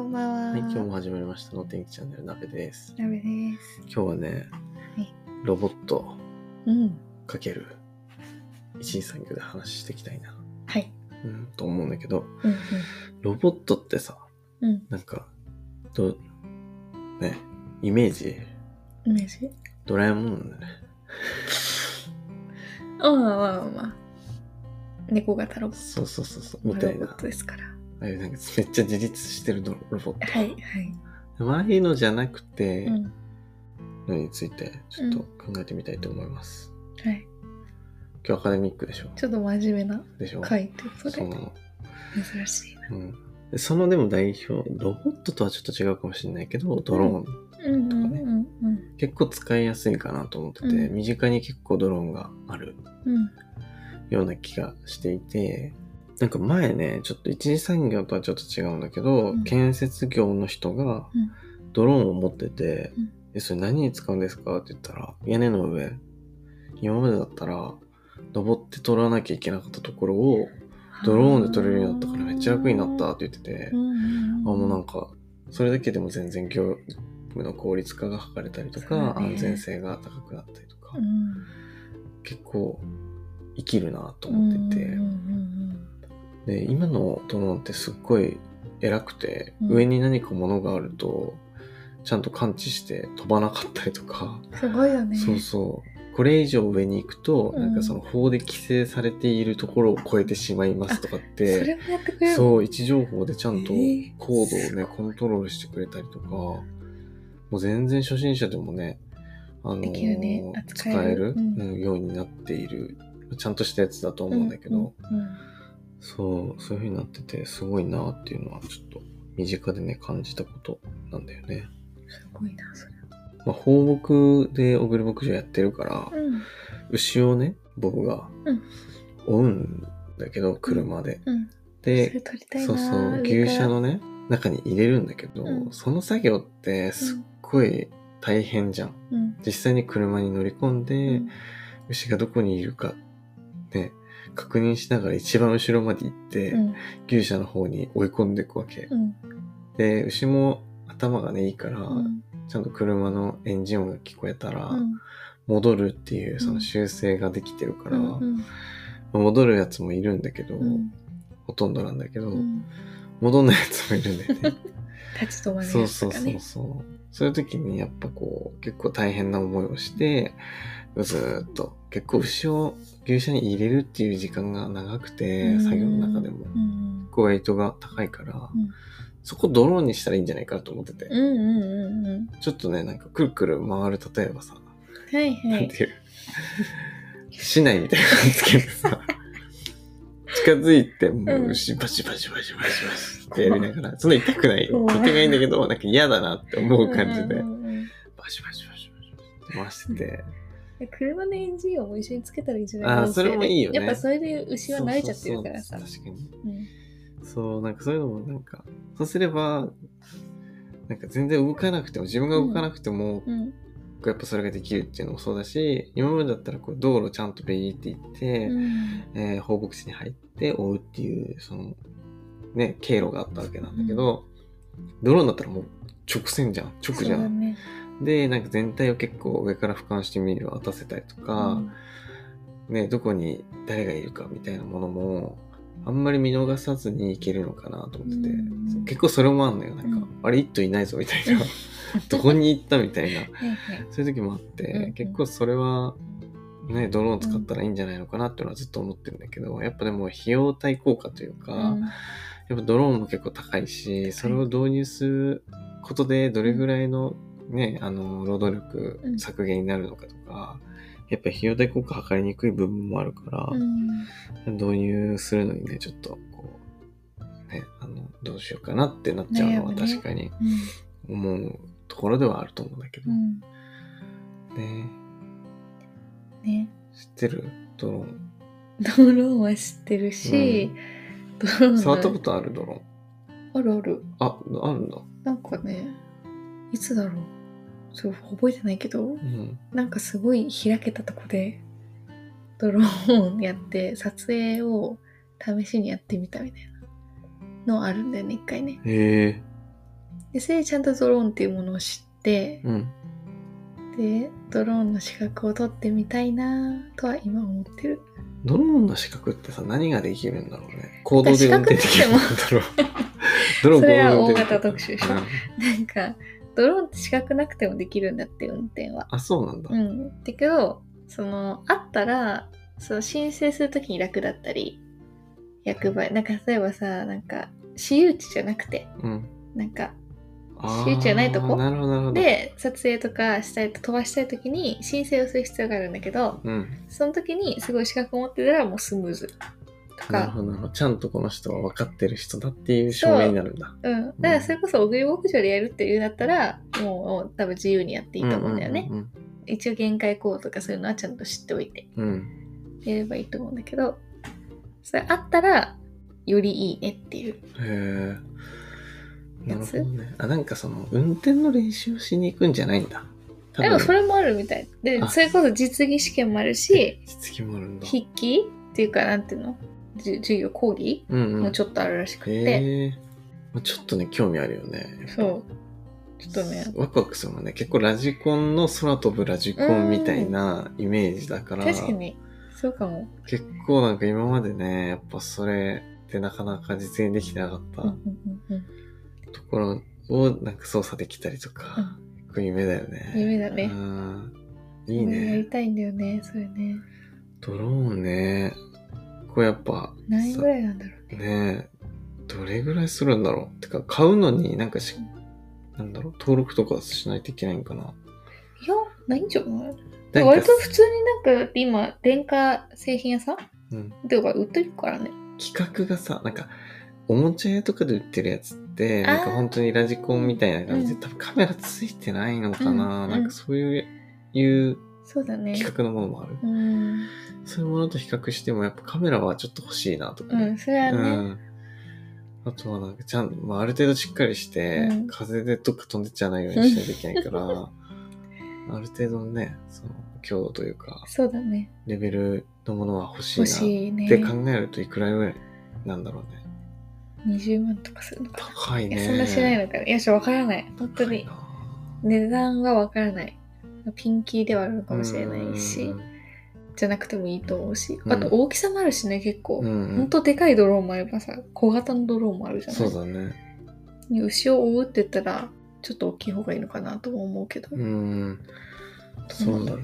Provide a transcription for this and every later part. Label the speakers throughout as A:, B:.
A: 今日も始まりましたの天気チャンネル鍋です
B: ダメです。
A: 今日はね、
B: はい
A: ロボット
B: うん。
A: かける一時産業で話していきたいな、
B: はい。
A: うん、と思うんだけど
B: うん
A: ロボットってさ
B: うん。うん。
A: なんかどねイメージ
B: イメージ
A: ドラえもんなんだね
B: ああまあまあまあ。猫型ロボッ
A: そうそうそうそう
B: ト。
A: みたい
B: ロ
A: な
B: ボットですから。
A: ああいうなんかめっちゃ自立してるドロボット、
B: はいはい。
A: ああいうのじゃなくて
B: うん。
A: のについてちょっと考えてみたいと思います、
B: はい。
A: 今日アカデミックでしょ
B: ちょっと真面目な
A: でしょ
B: 回ってこと
A: そうな
B: で
A: の
B: 珍しいな。
A: うんで、そのでも代表ロボットとはちょっと違うかもしれないけどドローン、
B: うんうん
A: ね
B: うん
A: 結構使いやすいかなと思ってて、
B: うん
A: 身近に結構ドローンがある
B: うん。うん。
A: ような気がしていてなんか前ねちょっと一次産業とはちょっと違うんだけど、
B: うん
A: 建設業の人が
B: うん
A: ドローンを持ってて
B: うん
A: 「えそれ何に使うんですか?」って言ったら「屋根の上今までだったら登って取らなきゃいけなかったところをドローンで取れるようになったからめっちゃ楽になった」って言ってて
B: う。んうん。
A: あもうなん
B: か。
A: かそれだけでも全然業務の効率化が図れたりとか、
B: そうね
A: 安全性が高くなったりとか、
B: うん。
A: 結構生きるなと
B: うん
A: 思ってて、
B: うんうん
A: で今のドローンってすっごい偉くて、
B: うん
A: 上に何か物があるとちゃんと感知して飛ばなかったりとか、
B: うん。すごいよね。
A: そうそうこれ以上上に行くと、
B: うん
A: なんかその法で規制されているところを超えてしまいますとかっ
B: そ
A: て
B: れもやってくれる
A: そう、位置情報でちゃんと
B: えー
A: コード
B: す
A: をね、コントロールしてくれたりとか、もう全然初心者でもね、あのー
B: できるね
A: 使
B: 扱
A: え
B: え
A: る
B: る、うん
A: うんようになっている、ちゃんとしたやつだと思うんだけど、。
B: うんうん
A: そう、そういう風になってて、すごいなっていうのは、ちょっと身近でね、感じたことなんだよね。
B: すごいな、それ。
A: まあ、放牧で小栗牧場やってるから、
B: うん。
A: 牛をね、僕が
B: うん
A: 追うんだけど、車で。
B: うん。
A: で
B: それ、取りたいな。
A: そうそう
B: 上
A: 牛
B: か
A: 舎
B: ら
A: のね中に入れるんだけど、
B: うん
A: その作業ってすっごい大変じゃん、
B: うん。
A: 実際に車に乗り込んで、
B: うん
A: 牛がどこにいるかね確認しながら一番後ろまで行って、
B: うん
A: 牛舎の方に追い込んでいくわけ、
B: うん
A: で牛も頭がねいいから、
B: うん
A: ちゃんと車のエンジン音が聞こえたら、
B: うん
A: 戻るっていうその修正ができてるから、戻るやつもいるんだけど、
B: うん
A: ほとんどなんだけど、
B: うん
A: 戻んないやつもいるんだよね
B: 立ち止まるやつとかね。
A: そうそうそうそう。そういう時にやっぱこう結構大変な思いをしてずーっと結構牛を牛舎に入れるっていう時間が長くて
B: うん
A: 作業の中でも
B: う。ん
A: こうウェイトが高いから、
B: うん
A: そこドローンにしたらいいんじゃないかと思ってて、
B: うんうんうんうん。
A: ちょっとねなんかくるくる回る例えばさ、
B: はいは
A: なん
B: い。
A: ていう市内みたいな感じつけて さ近づいてもう牛バシバシバシバシバシってやりながらそんな痛くないよ
B: 怖い
A: 痛くないんだけどなんか嫌だなって思う感じで
B: うんうんうん
A: バシバシバシバシバシ回してて、
B: で車のエンジンを一緒につけたらいいんじゃない
A: あー
B: 音声
A: それもいいよね
B: やっぱそれで 牛は慣れちゃってるからさ。
A: そうそうそう確か
B: うん
A: にそうなんかそういうのもなんかそうすればなんか全然動かなくても自分が動かなくても、
B: うん
A: やっぱそれができるっていうのもそうだし今までだったらこう道路ちゃんとベリーって行って、
B: うん
A: えー放牧地に入って追うっていうそのね経路があったわけなんだけど、ドローンだったらもう直線じゃん直じゃ
B: そうだ
A: ん、
B: ね
A: でなんか全体を結構上から俯瞰してみる渡せたりとか、
B: うん
A: ね、どこに誰がいるかみたいなものもあんまり見逃さずにいけるのかなと思ってて、
B: うん
A: そう結構それもあんのよなんか、
B: うん
A: あれ一頭いないぞみたいなどこに行ったみた いなそういう時もあって、
B: うんうん
A: 結構それは、ね、ドローン使ったらいいんじゃないのかなっていうのはずっと思ってるんだけどやっぱでも費用対効果というか、
B: うん
A: やっぱドローンも結構高いしそれを導入することでどれぐらいの,、ね、あの労働力
B: うん
A: 削減になるのかとか、やっぱ費用対効果測りにくい部分もあるから
B: う、ん
A: 導入するのにねちょっとこう、ね、あのどうしようかなってなっちゃうのは
B: 悩むね
A: 確かに思うところではあると思うんだけど、
B: うん
A: ね
B: ね
A: 知ってるドローン
B: ドローンは知ってるし、ドローンの
A: 触ったことあるドローン
B: あるある。
A: ああるんだ、
B: なんかね、いつだろう。そう、覚えてないけど
A: う、ん、
B: なんかすごい開けたとこで、ドローンやって、撮影を試しにやってみたみたいなのあるんだよね、一回ね。
A: へえ
B: でそれでちゃんとドローンっていうものを知って、
A: うん。
B: でドローンの資格を取ってみたいなとは今思ってる
A: ドローンの資格ってさ、何ができるんだろうね。行動で運転できるんだ
B: なん
A: ろう。 ドローン
B: それは
A: 行動
B: 大
A: で運
B: 型
A: 転
B: 特集でしょ
A: うん
B: なんかドローンって資格なくてもできるんだって運転は
A: あ、そうなんだ。
B: うんだけどそのあったらその申請するときに楽だったり役場なんか例えばさなんか私有地じゃなくて
A: うん。
B: なんか
A: あー
B: 集中ないとこ
A: なるほど、なるほど。
B: で撮影とかしたいと飛ばしたいときに申請をする必要があるんだけど
A: うん。
B: その時にすごい資格を持ってたらもうスムーズと
A: なるほど、
B: か、
A: なるほど。ちゃんとこの人は分かってる人だっていう証明になるんだ。
B: うん、だからそれこそ小栗牧場でやるっていうんだったらもうもう多分自由にやっていいと思うんだよね、
A: うん
B: 一応限界行動とかそういうのはちゃんと知っておいて
A: うんうんうん。
B: やればいいと思うんだけどそれあったらよりいいねっていう
A: うんへえ。な
B: や
A: る
B: つ
A: ほどね。あ、なんかその、運転の練習をしに行くんじゃないんだ。多
B: でもそ
A: れ、
B: れもあるみたいで
A: あ
B: それこそ実技試験もあるし
A: 実技もあるんだ。
B: 筆記っていうかなんていうのじゅ授業講義
A: うんうん。
B: もちょっとあるらしくって、
A: へえまあちょっとね、興味あるよね。
B: そうちょっとね
A: ワクワクするもんね。結構ラジコンの空飛ぶラジコンみたいなイメージだから、
B: 確かにそうかも
A: 結構なんか今までね、やっぱそれってなかなか実現できてなかっ
B: うんう
A: た
B: んうんうん
A: ところをなんか操作できたりとか、こう夢だよね。
B: 夢だね
A: うん。いい
B: やり
A: ね。
B: たいんだよね、それね。
A: ドローンね。これやっぱ、
B: 何円ぐらいなんだろうね。
A: ねえどれぐらいするんだろうてか買うのになんかしなんだろう登録とかしないといけないんかない
B: や、ないんじゃない
A: なんか
B: 割と普通になんか、だって今、電化製品屋さん
A: うん、
B: とか売ってるからね。
A: 企画がさなんかおもちゃ屋とかで売ってるやつって
B: あー
A: なんか本当にラジコンみたいな感じで、
B: うん
A: 多分カメラついてないのかな、
B: うん
A: なんかそういういう
B: そうだね。
A: 企画のものもある、
B: うん。
A: そういうものと比較してもやっぱカメラはちょっと欲しいなとか
B: う
A: ね、
B: ん、それは
A: う
B: ね。
A: んあとはなんかちゃん、まあ、ある程度しっかりして、
B: うん
A: 風でどっか飛んでっちゃわないようにしないといけない から、ある程度のね、その強度というか、
B: そうだね。
A: レベルのものは欲しいな
B: 欲
A: っ
B: しいね。
A: て考えるといくらぐらいなんだろうね。
B: 20万とかするのか
A: 高い
B: な。い
A: ね。
B: や、そんなしないのかな。いや、ちょ、わからない。本当に。値段がわからない。ピンキーではあるのかもしれないし、じゃなくてもいいと思うし。あと、
A: うん
B: 大きさもあるしね、結構。
A: うんうん、
B: ほんとでかいドローンもあればさ、小型のドローンもあるじゃない
A: そうだね。
B: 牛を追うって言ったら、ちょっと大きい方がいいのかなとも思うけど、
A: うん。そうだね。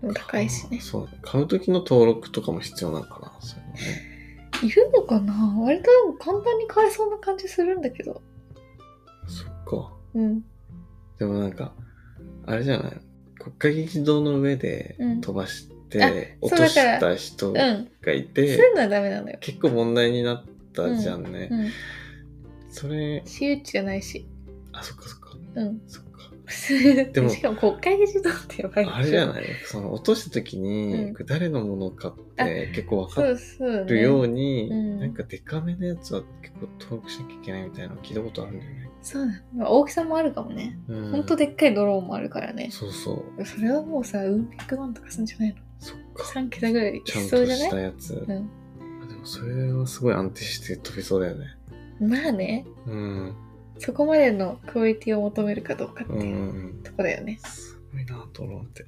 B: でも高いしね。
A: そう。買う時の登録とかも必要なのかな。そういうのね。
B: いるのかな割とでも簡単に買えそうな感じするんだけど。
A: そっか。
B: うん。
A: でもなんか、あれじゃない国会議事堂の上で
B: うん
A: 飛ばして、
B: あ
A: 落
B: そう
A: と
B: だ
A: し
B: から
A: た人
B: う
A: が
B: ん。
A: い
B: そう
A: て、
B: いうのはダメなのよ。
A: 結構問題になったじゃんね。
B: うん。
A: それ、
B: 私有地じゃないし。
A: あ、そっかそっか。
B: うん。
A: そっか。
B: で
A: も
B: しかも国会議事堂ってやばいでしょ
A: あれじゃないその落とした時に、
B: うん
A: これ誰のものかって結構分か
B: そ
A: っ
B: うそう、
A: るよう
B: ね。
A: に、
B: うん
A: なんかデカめのやつは結構登録しなきゃいけないみたいなの聞いたことあるんだよね。
B: そうなの。大きさもあるかもね。
A: うん、
B: ほんとでっかいドローンもあるからね。
A: そうそう。
B: それはもうさ、うん百万とかするんじゃないの
A: そっか。
B: ?3 桁ぐらいでい
A: ちゃ
B: き
A: ん
B: そう
A: と
B: じゃない
A: したやつ。
B: うん。
A: あでもそれはすごい安定して飛びそうだよね。
B: まあね、
A: うん。
B: そこまでのクオリティを求めるかどうかって
A: うんうん。
B: いううんとこだよね。
A: すごいなと思って。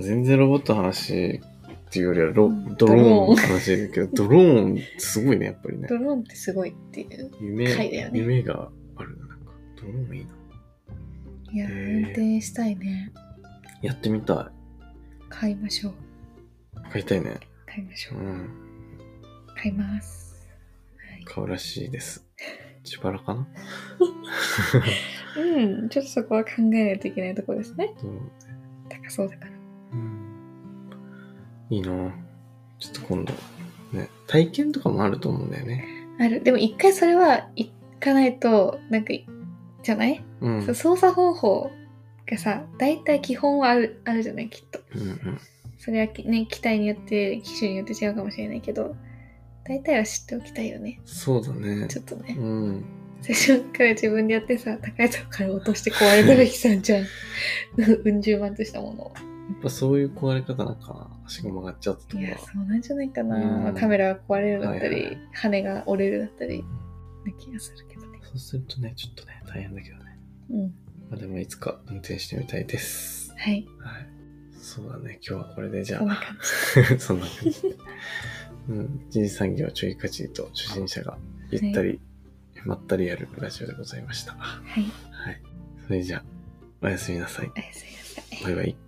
A: 全然ロボットの話っていうよりはロ、
B: うん
A: ドローンの話だけど、ドローンすごいね、やっぱりね
B: ド。ローンってすごいっていう。
A: 夢、
B: 高いだよね
A: 夢があるな、なんか。ドローンいいな。
B: いや、
A: へー
B: 運転したいね。
A: やってみた
B: 買いましょう。
A: い。買いたいね。
B: 買いましょ
A: う
B: う。
A: ん。
B: 買います。はい
A: 買うらしいです。自腹かな
B: うん、ちょっとそこは考えないといけないところですね。
A: ドローン。
B: 高そうだから。
A: うん。いいなちょっと今度、ね、体験とかもあると思うんだよね。
B: ある。でも一回それは行かないと、なんか、じゃない、
A: うん。
B: そう操作方法がさ、大体基本はあるあるじゃないきっと。
A: うんうん。
B: それはきね、機体によって、機種によって違うかもしれないけど、大体は知っておきたいよね。
A: そうだね。
B: ちょっとね。
A: うん。
B: 最初から自分でやってさ高いとこから落として壊れたら悲惨じゃん うん十万としたものを
A: やっぱそういう壊れ方なんかな足が曲がっちゃったとか
B: いやそうなんじゃないかな、
A: うん
B: まあカメラが壊れるだったり、
A: はいはい
B: 羽が折れるだったりな気がするけどね。
A: そうするとね、ちょっとね、大変だけどね。
B: うん。
A: まあでもいつか運転してみたいです。
B: はい。
A: はい。そうだね、今日はこれでじゃ
B: こんな
A: あ、
B: 感
A: そんな感じで。うん。一次産業ちょいかちりと初心者がゆったり、まったりやるラジオでございました。は
B: じ。はい。
A: い。それじゃあ、おやすみなさい。
B: おやすみなさい。
A: バイバイ。